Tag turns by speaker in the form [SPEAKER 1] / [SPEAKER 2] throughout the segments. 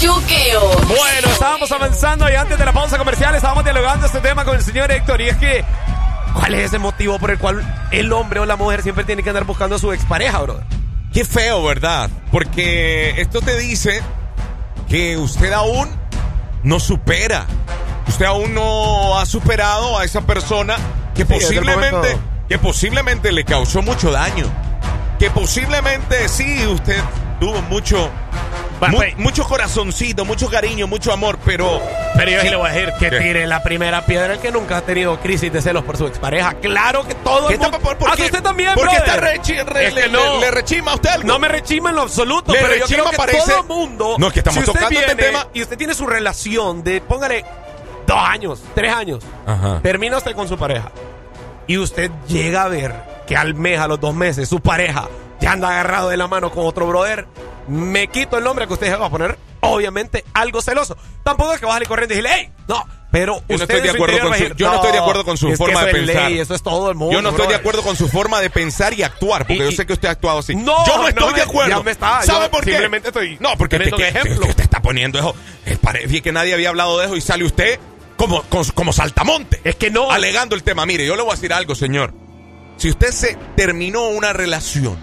[SPEAKER 1] Yuqueo.
[SPEAKER 2] Bueno, estábamos avanzando y antes de la pausa comercial estábamos dialogando este tema con el señor Héctor y es que ¿cuál es el motivo por el cual el hombre o la mujer siempre tiene que andar buscando a su expareja, bro?
[SPEAKER 3] Qué feo, ¿verdad? Porque esto te dice que usted aún no supera. Usted aún no ha superado a esa persona que
[SPEAKER 2] Sí, desde el
[SPEAKER 3] posiblemente
[SPEAKER 2] momento-
[SPEAKER 3] que posiblemente le causó mucho daño. Que posiblemente sí usted tuvo mucho
[SPEAKER 4] Va,
[SPEAKER 3] mu-
[SPEAKER 4] pues.
[SPEAKER 3] mucho corazoncito, mucho cariño, mucho amor, pero
[SPEAKER 4] Pero yo sí le voy a decir
[SPEAKER 2] Que
[SPEAKER 3] ¿Qué?
[SPEAKER 2] tire la primera piedra el que nunca ha tenido crisis de celos por su expareja. Claro que todo
[SPEAKER 3] ¿Qué
[SPEAKER 2] el mundo...
[SPEAKER 3] está- por- por
[SPEAKER 2] Hasta
[SPEAKER 3] qué?
[SPEAKER 2] usted también,
[SPEAKER 3] ¿Por qué está
[SPEAKER 2] brother.
[SPEAKER 3] rechi- re-
[SPEAKER 2] Es que
[SPEAKER 3] le,
[SPEAKER 2] no.
[SPEAKER 3] le- le rechima a usted algo?
[SPEAKER 2] No me rechima en lo absoluto,
[SPEAKER 3] Le
[SPEAKER 2] pero yo
[SPEAKER 3] rechima,
[SPEAKER 2] creo que
[SPEAKER 3] parece-
[SPEAKER 2] todo el mundo.
[SPEAKER 3] No, es que estamos
[SPEAKER 2] si usted
[SPEAKER 3] tocando este
[SPEAKER 2] viene
[SPEAKER 3] tema.
[SPEAKER 2] Y usted tiene su relación de, póngale, dos años, tres años.
[SPEAKER 3] Ajá.
[SPEAKER 2] Termina usted con su pareja. Y usted llega a ver que al mes, a los dos meses, su pareja ya anda agarrado de la mano con otro brother. Me quito el nombre que usted se va a poner, obviamente, algo celoso. Tampoco es que va a salir corriendo y decirle, hey, no, pero usted
[SPEAKER 3] no estoy
[SPEAKER 2] en
[SPEAKER 3] de
[SPEAKER 2] su
[SPEAKER 3] acuerdo
[SPEAKER 2] interior
[SPEAKER 3] con
[SPEAKER 2] va a
[SPEAKER 3] su-
[SPEAKER 2] decir,
[SPEAKER 3] yo no estoy de acuerdo con su
[SPEAKER 2] es que
[SPEAKER 3] forma de
[SPEAKER 2] eso es
[SPEAKER 3] pensar".
[SPEAKER 2] ley, eso es todo el mundo.
[SPEAKER 3] Yo no estoy de
[SPEAKER 2] brother".
[SPEAKER 3] acuerdo con su forma de pensar y actuar, porque
[SPEAKER 2] Y-
[SPEAKER 3] yo sé que usted ha actuado así.
[SPEAKER 2] No,
[SPEAKER 3] yo no
[SPEAKER 2] no
[SPEAKER 3] estoy
[SPEAKER 2] me-
[SPEAKER 3] de acuerdo.
[SPEAKER 2] ya me está,
[SPEAKER 3] ¿Sabe
[SPEAKER 2] yo
[SPEAKER 3] por qué?
[SPEAKER 2] simplemente estoy
[SPEAKER 3] No, porque
[SPEAKER 2] poniendo
[SPEAKER 3] usted,
[SPEAKER 2] un ejemplo.
[SPEAKER 3] usted- usted está poniendo eso. Eh, Parece que nadie había hablado de eso y sale usted como, con- como saltamonte.
[SPEAKER 2] Es que no.
[SPEAKER 3] Alegando el tema. Mire, yo le voy a decir algo, señor. Si usted se terminó una relación,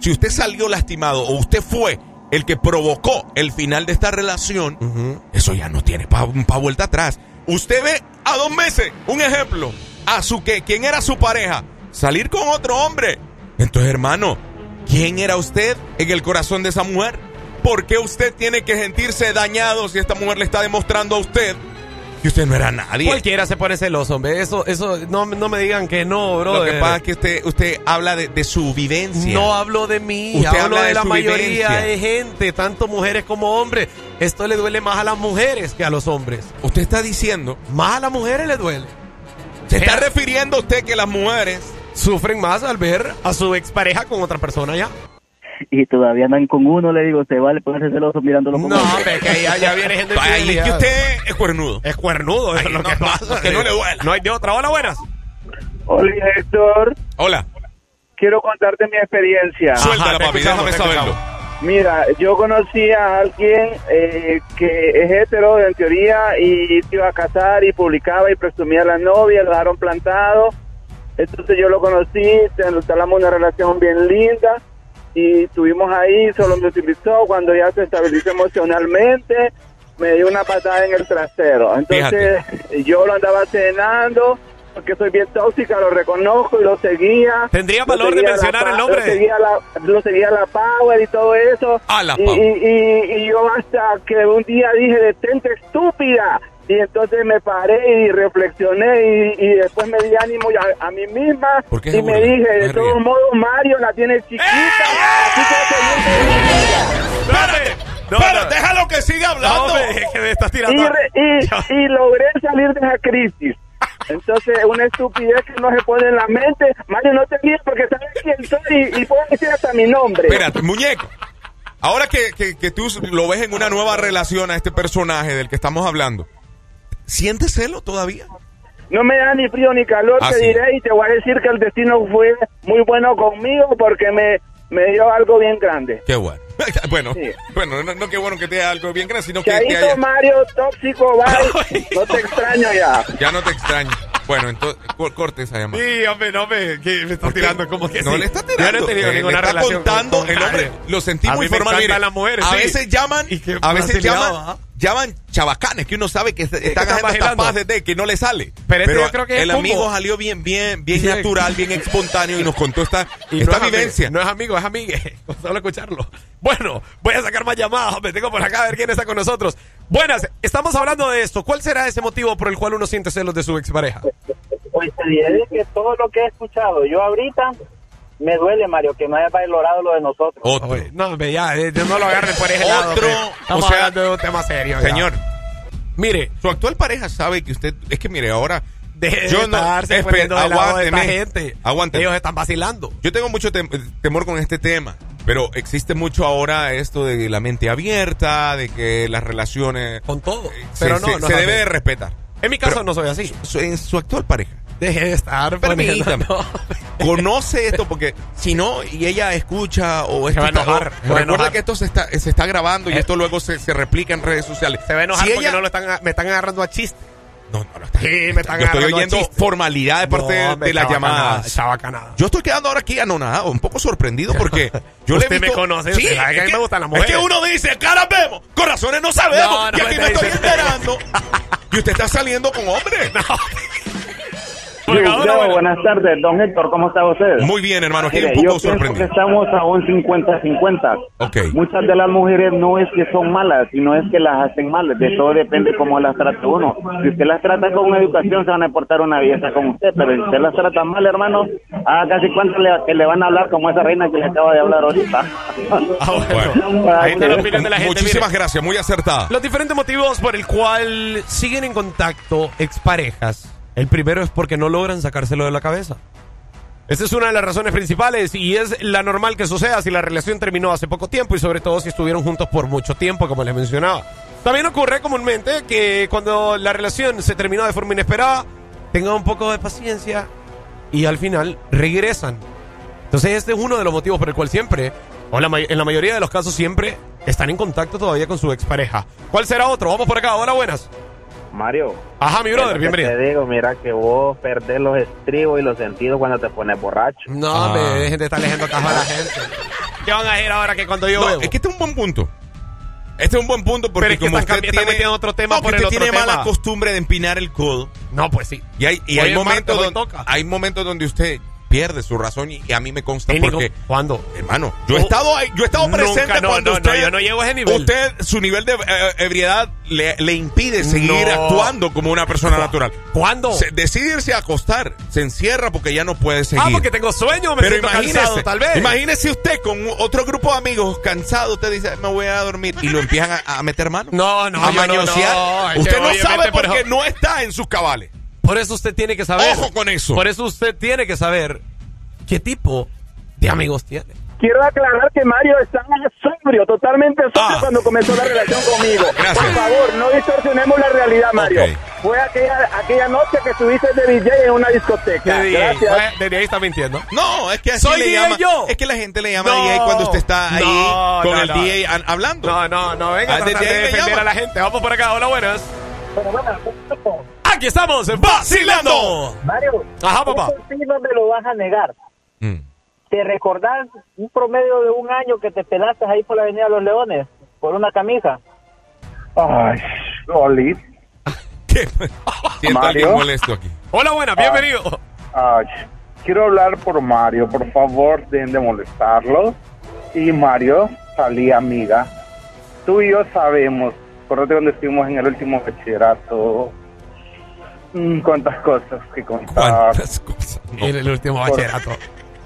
[SPEAKER 3] si usted salió lastimado o usted fue el que provocó el final de esta relación, eso ya no tiene para vuelta atrás. Usted ve a dos meses, un ejemplo, a su que, ¿quién era su pareja? Salir con otro hombre. Entonces, hermano, ¿quién era usted en el corazón de esa mujer? ¿Por qué usted tiene que sentirse dañado si esta mujer le está demostrando a usted que usted no era nadie?
[SPEAKER 2] Cualquiera se pone celoso, hombre. Eso, eso, no, no me digan que no, bro.
[SPEAKER 3] Lo que pasa es que usted, usted habla de, de su vivencia.
[SPEAKER 2] No hablo de mí,
[SPEAKER 3] Usted
[SPEAKER 2] hablo
[SPEAKER 3] habla
[SPEAKER 2] de,
[SPEAKER 3] de
[SPEAKER 2] la
[SPEAKER 3] su
[SPEAKER 2] mayoría
[SPEAKER 3] vivencia.
[SPEAKER 2] de gente, tanto mujeres como hombres. Esto le duele más a las mujeres que a los hombres.
[SPEAKER 3] Usted está diciendo,
[SPEAKER 2] Más a las mujeres le duele.
[SPEAKER 3] se está refiriendo a usted que las mujeres
[SPEAKER 2] Sufren más al ver a su expareja con otra persona ya.
[SPEAKER 5] y todavía andan con uno, le digo, se vale ponerse celoso mirándolo como
[SPEAKER 2] No, hombre, que ya, ya viene gente
[SPEAKER 3] Ay, es que usted es cuernudo.
[SPEAKER 2] es cuernudo, eso
[SPEAKER 3] Ay,
[SPEAKER 2] es lo
[SPEAKER 3] no,
[SPEAKER 2] que
[SPEAKER 3] no,
[SPEAKER 2] pasa. eh.
[SPEAKER 3] es que no le duela.
[SPEAKER 2] No hay de otra. Hola, buenas.
[SPEAKER 6] Hola Héctor,
[SPEAKER 3] Hola,
[SPEAKER 6] quiero contarte mi experiencia.
[SPEAKER 2] Ajá,
[SPEAKER 3] suéltala,
[SPEAKER 2] te
[SPEAKER 3] papi,
[SPEAKER 2] escuchamos,
[SPEAKER 3] déjame
[SPEAKER 2] te
[SPEAKER 3] saberlo.
[SPEAKER 2] escuchamos.
[SPEAKER 6] Mira, yo conocí a alguien eh, que es hetero en teoría y se iba a casar y publicaba y presumía a la novia, lo dejaron plantado. Entonces yo lo conocí, instalamos una relación bien linda y estuvimos ahí, solo me utilizó cuando ya se estabilizó emocionalmente, me dio una patada en el trasero. Entonces yo lo andaba cenando porque soy bien tóxica, lo reconozco y lo seguía.
[SPEAKER 2] Tendría
[SPEAKER 6] Lo
[SPEAKER 2] valor de
[SPEAKER 6] seguía la
[SPEAKER 2] mencionar
[SPEAKER 6] pa-
[SPEAKER 2] el nombre.
[SPEAKER 6] Lo seguía, la, lo seguía la Power y todo eso.
[SPEAKER 3] Ah, la
[SPEAKER 6] y,
[SPEAKER 3] Power.
[SPEAKER 6] y- y- y yo hasta que un día dije, detente estúpida. Y entonces me paré y reflexioné y, y después me di ánimo a, a mí misma
[SPEAKER 3] ¿Por qué se
[SPEAKER 6] y me
[SPEAKER 3] burla?
[SPEAKER 6] dije,
[SPEAKER 3] No
[SPEAKER 6] de
[SPEAKER 3] se
[SPEAKER 6] todos
[SPEAKER 3] ríe.
[SPEAKER 6] modos Mario la tiene chiquita, así que seguí
[SPEAKER 3] ¡Eh,
[SPEAKER 2] Espérate. No,
[SPEAKER 3] Pero
[SPEAKER 2] no.
[SPEAKER 3] déjalo que siga
[SPEAKER 2] No,
[SPEAKER 3] hablando.
[SPEAKER 2] hombre, es que me estás
[SPEAKER 3] eh!
[SPEAKER 6] y,
[SPEAKER 2] tirando.
[SPEAKER 6] re- y- y logré salir de esa crisis. Entonces, una estupidez que no se pone en la mente. Mario, no te ríes porque sabes quién soy y, y puedo decir hasta mi nombre.
[SPEAKER 3] Espérate, muñeco. Ahora que, que- que tú lo ves en una nueva relación a este personaje del que estamos hablando, ¿sientes celo todavía?
[SPEAKER 6] No me da ni frío ni calor,
[SPEAKER 3] Ah,
[SPEAKER 6] te
[SPEAKER 3] sí.
[SPEAKER 6] diré y te voy a decir que el destino fue muy bueno conmigo porque me, me dio algo bien grande.
[SPEAKER 3] Qué bueno. Bueno,
[SPEAKER 6] Sí.
[SPEAKER 3] bueno no, no qué bueno que te haya algo bien grande, sino que, te
[SPEAKER 6] Chaito
[SPEAKER 3] haya-
[SPEAKER 6] Mario, tóxico, bye. No te extraño ya.
[SPEAKER 3] ya no te extraño. Bueno, entonces, cor- corte esa llamada.
[SPEAKER 2] Sí, hombre, no me, que me estás
[SPEAKER 3] Porque
[SPEAKER 2] tirando como que
[SPEAKER 3] no
[SPEAKER 2] sí.
[SPEAKER 3] le está tirando.
[SPEAKER 2] Yo no he tenido
[SPEAKER 3] Eh, le
[SPEAKER 2] ninguna
[SPEAKER 3] está
[SPEAKER 2] relación. con-
[SPEAKER 3] contando
[SPEAKER 2] con
[SPEAKER 3] el hombre.
[SPEAKER 2] nadie.
[SPEAKER 3] Lo sentí
[SPEAKER 2] A
[SPEAKER 3] muy
[SPEAKER 2] mí me
[SPEAKER 3] formal.
[SPEAKER 2] encantan
[SPEAKER 3] mire.
[SPEAKER 2] las mujeres,
[SPEAKER 3] a
[SPEAKER 2] sí.
[SPEAKER 3] veces llaman,
[SPEAKER 2] Y qué
[SPEAKER 3] a veces
[SPEAKER 2] facilidad,
[SPEAKER 3] llaman,
[SPEAKER 2] ¿ah?
[SPEAKER 3] llaman chabacanes que uno sabe que se-
[SPEAKER 2] están
[SPEAKER 3] están haciendo
[SPEAKER 2] bailando.
[SPEAKER 3] tapadas desde que no le sale.
[SPEAKER 2] Pero este yo creo que es
[SPEAKER 3] el
[SPEAKER 2] combo.
[SPEAKER 3] amigo salió bien, bien, bien
[SPEAKER 2] Sí.
[SPEAKER 3] natural, bien espontáneo y nos contó esta,
[SPEAKER 2] Y
[SPEAKER 3] esta
[SPEAKER 2] no es
[SPEAKER 3] vivencia.
[SPEAKER 2] ami- no es amigo, es amigue. Con solo escucharlo. Bueno, voy a sacar más llamadas. Me tengo por acá a ver quién está con nosotros. Buenas, estamos hablando de esto. ¿Cuál será ese motivo por el cual uno siente celos de su expareja?
[SPEAKER 5] Pues te diré que todo lo que he escuchado yo ahorita me duele, Mario, que no hayas valorado lo de nosotros.
[SPEAKER 3] Otro.
[SPEAKER 2] Oye, No, hombre, ya, eh, no lo agarren por ese lado.
[SPEAKER 3] Otro,
[SPEAKER 2] hombre. Estamos
[SPEAKER 3] o sea,
[SPEAKER 2] hablando de un tema serio. ya.
[SPEAKER 3] Señor,
[SPEAKER 2] Mire,
[SPEAKER 3] su actual pareja sabe que usted. Es que mire, ahora.
[SPEAKER 2] deje de
[SPEAKER 3] yo no.
[SPEAKER 2] estarse
[SPEAKER 3] espe-
[SPEAKER 2] poniendo del lado de esta
[SPEAKER 3] aguánteme,
[SPEAKER 2] gente.
[SPEAKER 3] aguánteme.
[SPEAKER 2] Ellos están vacilando.
[SPEAKER 3] Yo tengo mucho tem- temor con este tema, pero existe mucho ahora esto de la mente abierta, de que las relaciones
[SPEAKER 2] Con todo.
[SPEAKER 3] eh, se,
[SPEAKER 2] Pero no,
[SPEAKER 3] se-
[SPEAKER 2] no
[SPEAKER 3] se
[SPEAKER 2] es
[SPEAKER 3] debe
[SPEAKER 2] así.
[SPEAKER 3] de respetar.
[SPEAKER 2] En mi caso
[SPEAKER 3] Pero-
[SPEAKER 2] no soy así.
[SPEAKER 3] Su- En su actual pareja,
[SPEAKER 2] Deje de estar
[SPEAKER 3] Permítame.
[SPEAKER 2] poniendo-
[SPEAKER 3] Conoce esto porque si no, y ella escucha o
[SPEAKER 2] Se
[SPEAKER 3] esto
[SPEAKER 2] va a enojar,
[SPEAKER 3] está-
[SPEAKER 2] se
[SPEAKER 3] o-
[SPEAKER 2] va a
[SPEAKER 3] recuerda
[SPEAKER 2] enojar.
[SPEAKER 3] que esto se está, se está grabando y
[SPEAKER 2] Eh.
[SPEAKER 3] esto luego se, se replica en redes sociales.
[SPEAKER 2] Se va a enojar
[SPEAKER 3] Si
[SPEAKER 2] porque
[SPEAKER 3] ella-
[SPEAKER 2] no lo están, a- me están agarrando a chiste.
[SPEAKER 3] No, no, no está-
[SPEAKER 2] Sí, me están
[SPEAKER 3] Yo estoy
[SPEAKER 2] agarrando a
[SPEAKER 3] oyendo
[SPEAKER 2] chiste.
[SPEAKER 3] formalidad de parte de- de las llamadas.
[SPEAKER 2] Chabacanada.
[SPEAKER 3] Yo estoy quedando ahora aquí anonadado, un poco sorprendido porque yo le he
[SPEAKER 2] Usted me
[SPEAKER 3] visto-
[SPEAKER 2] conoce, usted sabe que a mí me gustan las
[SPEAKER 3] Es
[SPEAKER 2] mujeres.
[SPEAKER 3] que uno dice, caras vemos, corazones no sabemos,
[SPEAKER 2] No, no
[SPEAKER 3] y
[SPEAKER 2] me
[SPEAKER 3] aquí
[SPEAKER 2] está
[SPEAKER 3] me, estoy
[SPEAKER 2] diciendo-
[SPEAKER 3] enterando. y usted está saliendo con hombres. Oh,
[SPEAKER 5] Yo,
[SPEAKER 4] Marcador,
[SPEAKER 5] yo,
[SPEAKER 4] bueno.
[SPEAKER 5] buenas tardes, don Héctor, ¿cómo está usted?
[SPEAKER 3] Muy bien, hermano, aquí
[SPEAKER 5] Mire,
[SPEAKER 3] un
[SPEAKER 5] yo
[SPEAKER 3] poco
[SPEAKER 5] pienso que
[SPEAKER 3] sorprendido.
[SPEAKER 5] estamos a un 50-50.
[SPEAKER 3] Ok.
[SPEAKER 5] Muchas de las mujeres no es que son malas, sino es que las hacen malas. De todo depende cómo las trate uno. Si usted las trata con educación, se van a portar una belleza con usted. Pero si usted las trata mal, hermano, a casi cuánto le, que le van a hablar como esa reina que le acaba de hablar ahorita.
[SPEAKER 2] Ah, bueno.
[SPEAKER 5] Para
[SPEAKER 2] Ahí está la
[SPEAKER 5] que-
[SPEAKER 2] opinión de la gente.
[SPEAKER 3] Muchísimas
[SPEAKER 2] mire.
[SPEAKER 3] gracias, muy acertada.
[SPEAKER 2] Los diferentes motivos por el cual siguen en contacto exparejas. El primero es porque no logran sacárselo de la cabeza. Esa es una de las razones principales y es la normal que suceda si la relación terminó hace poco tiempo y sobre todo si estuvieron juntos por mucho tiempo, como les mencionaba. También ocurre comúnmente que cuando la relación se terminó de forma inesperada, tengan un poco de paciencia y al final regresan. Entonces este es uno de los motivos por el cual siempre, o la may- en la mayoría de los casos siempre, están en contacto todavía con su expareja. ¿Cuál será otro? Vamos por acá, hola, buenas.
[SPEAKER 1] Mario,
[SPEAKER 2] Ajá, mi brother,
[SPEAKER 1] es lo que
[SPEAKER 2] bienvenido.
[SPEAKER 1] te digo, mira que vos perdés los estribos y los sentidos cuando te pones borracho.
[SPEAKER 2] No,
[SPEAKER 3] Ah.
[SPEAKER 2] me dejen de estar leyendo caja a la gente. ¿Qué van a decir ahora que cuando yo
[SPEAKER 3] No,
[SPEAKER 2] bebo?
[SPEAKER 3] es que este es un buen punto. Este es un buen punto porque
[SPEAKER 2] Pero es que
[SPEAKER 3] como
[SPEAKER 2] están
[SPEAKER 3] usted
[SPEAKER 2] cambi- están
[SPEAKER 3] tiene,
[SPEAKER 2] metiendo otro tema
[SPEAKER 3] No, que
[SPEAKER 2] por el
[SPEAKER 3] usted
[SPEAKER 2] otro
[SPEAKER 3] tiene mala
[SPEAKER 2] tema.
[SPEAKER 3] costumbre de empinar el codo.
[SPEAKER 2] No, pues sí.
[SPEAKER 3] Y hay, y
[SPEAKER 2] Hoy
[SPEAKER 3] hay
[SPEAKER 2] es
[SPEAKER 3] momentos
[SPEAKER 2] martes, hoy
[SPEAKER 3] donde,
[SPEAKER 2] toca.
[SPEAKER 3] hay momentos donde usted pierde su razón y, y a mí me consta
[SPEAKER 2] Técnico,
[SPEAKER 3] porque
[SPEAKER 2] ¿Cuándo?
[SPEAKER 3] hermano, yo he
[SPEAKER 2] No.
[SPEAKER 3] estado ahí, yo he estado
[SPEAKER 2] Oh. Nunca,
[SPEAKER 3] presente
[SPEAKER 2] no,
[SPEAKER 3] cuando
[SPEAKER 2] no, no,
[SPEAKER 3] usted
[SPEAKER 2] yo no llego a ese nivel.
[SPEAKER 3] Usted su nivel de eh, ebriedad le, le impide seguir
[SPEAKER 2] No.
[SPEAKER 3] actuando como una persona natural.
[SPEAKER 2] ¿Cuándo?
[SPEAKER 3] Se- decidirse a acostar, se encierra porque ya no puede seguir.
[SPEAKER 2] ah, porque tengo sueño, me
[SPEAKER 3] Pero
[SPEAKER 2] siento
[SPEAKER 3] imagínese,
[SPEAKER 2] cansado, tal vez.
[SPEAKER 3] imagínese usted con u- otro grupo de amigos cansado, usted dice, me voy a dormir y lo empiezan a, a meter mano.
[SPEAKER 2] No, no, yo
[SPEAKER 3] a
[SPEAKER 2] no,
[SPEAKER 3] mañosear.
[SPEAKER 2] no, es que
[SPEAKER 3] usted no
[SPEAKER 2] obviamente,
[SPEAKER 3] sabe
[SPEAKER 2] pero-
[SPEAKER 3] porque no está en sus cabales.
[SPEAKER 2] Por eso usted tiene que saber.
[SPEAKER 3] Ojo con eso.
[SPEAKER 2] Por eso usted tiene que saber qué tipo de amigos tiene.
[SPEAKER 6] Quiero aclarar que Mario está sobrio, totalmente sobrio
[SPEAKER 3] Ah.
[SPEAKER 6] cuando comenzó la relación conmigo.
[SPEAKER 3] Gracias.
[SPEAKER 6] Por favor, no distorsionemos la realidad, Mario.
[SPEAKER 3] Ok.
[SPEAKER 6] Fue aquella, aquella noche que estuviste de DJ en una discoteca. Gracias.
[SPEAKER 2] Bueno, Desde ahí está mintiendo.
[SPEAKER 3] No, es que así
[SPEAKER 2] ¿Soy
[SPEAKER 3] le
[SPEAKER 2] DJ
[SPEAKER 3] llama.
[SPEAKER 2] yo?
[SPEAKER 3] Es que la gente le llama
[SPEAKER 2] No.
[SPEAKER 3] DJ cuando usted está ahí
[SPEAKER 2] No,
[SPEAKER 3] con
[SPEAKER 2] no,
[SPEAKER 3] el
[SPEAKER 2] no.
[SPEAKER 3] DJ an- hablando.
[SPEAKER 2] No, no, no, venga
[SPEAKER 3] Ah,
[SPEAKER 2] a tratar
[SPEAKER 3] desde
[SPEAKER 2] de
[SPEAKER 3] ahí me
[SPEAKER 2] defender
[SPEAKER 3] llama.
[SPEAKER 2] a la gente. Vamos por acá, hola, buenas. Aquí estamos, vacilando.
[SPEAKER 5] Mario,
[SPEAKER 2] Ajá, papá.
[SPEAKER 5] eso sí no me lo vas a negar.
[SPEAKER 3] Mm.
[SPEAKER 5] ¿Te recordás un promedio de un año que te pelaste ahí por la Avenida Los Leones por una camisa?
[SPEAKER 6] Ay, Oli.
[SPEAKER 3] ¿Qué? Siento a alguien
[SPEAKER 6] Mario.
[SPEAKER 3] molesto aquí.
[SPEAKER 2] Hola, buenas,
[SPEAKER 3] Oh.
[SPEAKER 2] bienvenido.
[SPEAKER 6] Ay, quiero hablar por Mario, por favor, dejen de molestarlo. Y Mario, salí amiga. Tú y yo sabemos, por otro cuando estuvimos en el último bachillerato, mm, cuántas cosas que contar.
[SPEAKER 3] ¿Cuántas cosas? No.
[SPEAKER 2] El, el último
[SPEAKER 6] Por-
[SPEAKER 2] bachillerato.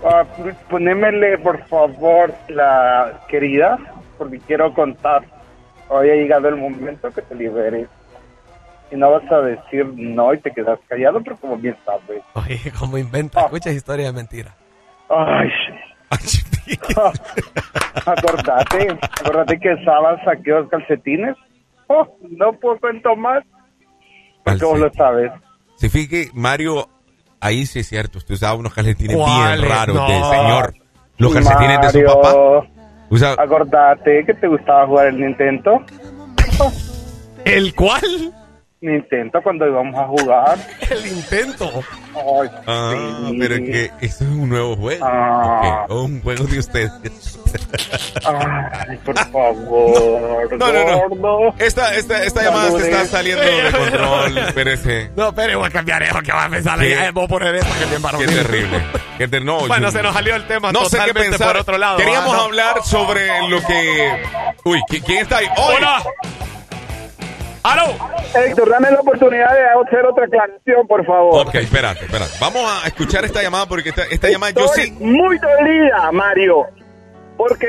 [SPEAKER 6] Ah, pr- ponémele, por favor, la querida, porque quiero contar. Hoy ha llegado el momento que te liberes. Y no vas a decir no y te quedas callado, pero como bien sabes.
[SPEAKER 2] Oye, cómo inventa, escuchas historias de mentira.
[SPEAKER 6] Ay, acordate, acordate que sábado saqué los calcetines. Oh, no puedo cuento más. Porque vos lo sabes.
[SPEAKER 3] Se fija que Mario, ahí sí es cierto, usted usaba unos calcetines bien
[SPEAKER 2] ¿Cuáles?
[SPEAKER 3] raros
[SPEAKER 2] No.
[SPEAKER 3] de señor. Los calcetines de su papá.
[SPEAKER 6] Mario, Ah,
[SPEAKER 3] Usa-
[SPEAKER 6] Acordate que te gustaba jugar el Nintendo.
[SPEAKER 2] ¿El cual?
[SPEAKER 6] Nintendo cuando íbamos a jugar.
[SPEAKER 2] El intento.
[SPEAKER 6] Ay,
[SPEAKER 3] Ah,
[SPEAKER 6] sí.
[SPEAKER 3] pero es que eso es un nuevo juego.
[SPEAKER 6] Ah.
[SPEAKER 3] Ok, o un juego de ustedes.
[SPEAKER 6] Ay, por favor.
[SPEAKER 3] No, no,
[SPEAKER 6] gordo.
[SPEAKER 3] Esta, esta, esta llamada se está saliendo de control. Espérese.
[SPEAKER 2] No, pero voy a cambiar eso, que va a pensar.
[SPEAKER 3] ¿Qué?
[SPEAKER 2] Ya, voy a poner eso, que es bien
[SPEAKER 3] Qué
[SPEAKER 2] varonil.
[SPEAKER 3] terrible. Qué ter- no,
[SPEAKER 2] Bueno,
[SPEAKER 3] yo-
[SPEAKER 2] se nos salió el tema
[SPEAKER 3] no sé qué
[SPEAKER 2] totalmente
[SPEAKER 3] pensar.
[SPEAKER 2] por otro lado.
[SPEAKER 3] Queríamos
[SPEAKER 2] ¿ah? No.
[SPEAKER 3] hablar sobre lo que. Uy, ¿qui- ¿quién está ahí? ¡Hoy!
[SPEAKER 2] ¡Hola! ¡Aló!
[SPEAKER 6] Héctor, dame la oportunidad de hacer otra aclaración, por favor.
[SPEAKER 3] Ok, espérate, espérate. Vamos a escuchar esta llamada porque esta, esta llamada yo
[SPEAKER 6] Estoy
[SPEAKER 3] sí.
[SPEAKER 6] muy dolida, Mario. Porque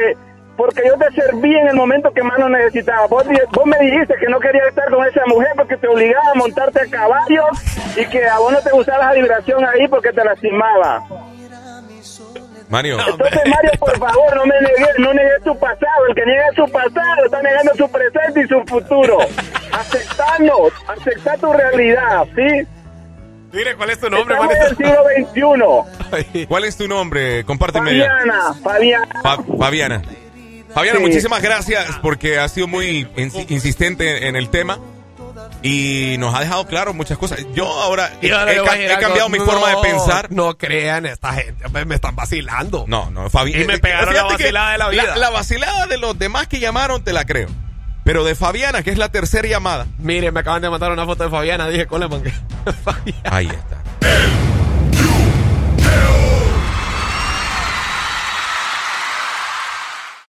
[SPEAKER 6] porque yo te serví en el momento que más lo necesitaba. Vos, di- vos me dijiste que no querías estar con esa mujer porque te obligaba a montarte a caballo y que a vos no te gustaba la vibración ahí porque te lastimaba.
[SPEAKER 3] Mario.
[SPEAKER 6] Entonces, Mario, por favor, no me negues, no negues tu pasado. El que niega su pasado está negando su presente y su futuro. Aceptando, acepta tu realidad, ¿sí?
[SPEAKER 2] Mire, ¿cuál es tu nombre,
[SPEAKER 6] Estamos en el siglo XXI.
[SPEAKER 2] manito?
[SPEAKER 3] ¿Cuál es tu nombre? Compárteme. ya.
[SPEAKER 6] Fabiana, Fabiana.
[SPEAKER 3] Fa- Fabiana. Fabiana,
[SPEAKER 6] Sí.
[SPEAKER 3] muchísimas gracias porque has sido muy insi- insistente en el tema y nos ha dejado claro muchas cosas. Yo ahora he,
[SPEAKER 2] Y ahora
[SPEAKER 3] he
[SPEAKER 2] le voy a
[SPEAKER 3] ca-
[SPEAKER 2] decir
[SPEAKER 3] he
[SPEAKER 2] algo.
[SPEAKER 3] cambiado mi
[SPEAKER 2] No,
[SPEAKER 3] forma de pensar.
[SPEAKER 2] No crean esta gente, me, me están vacilando.
[SPEAKER 3] No, no, Fabiana.
[SPEAKER 2] Y me pegaron la vacilada de la vida.
[SPEAKER 3] La, vacilada de los demás que llamaron te la creo. Pero de Fabiana, que es la tercera llamada.
[SPEAKER 2] Mire, me acaban de mandar una foto de Fabiana, dije Coleman que Fabiana.
[SPEAKER 3] Ahí está.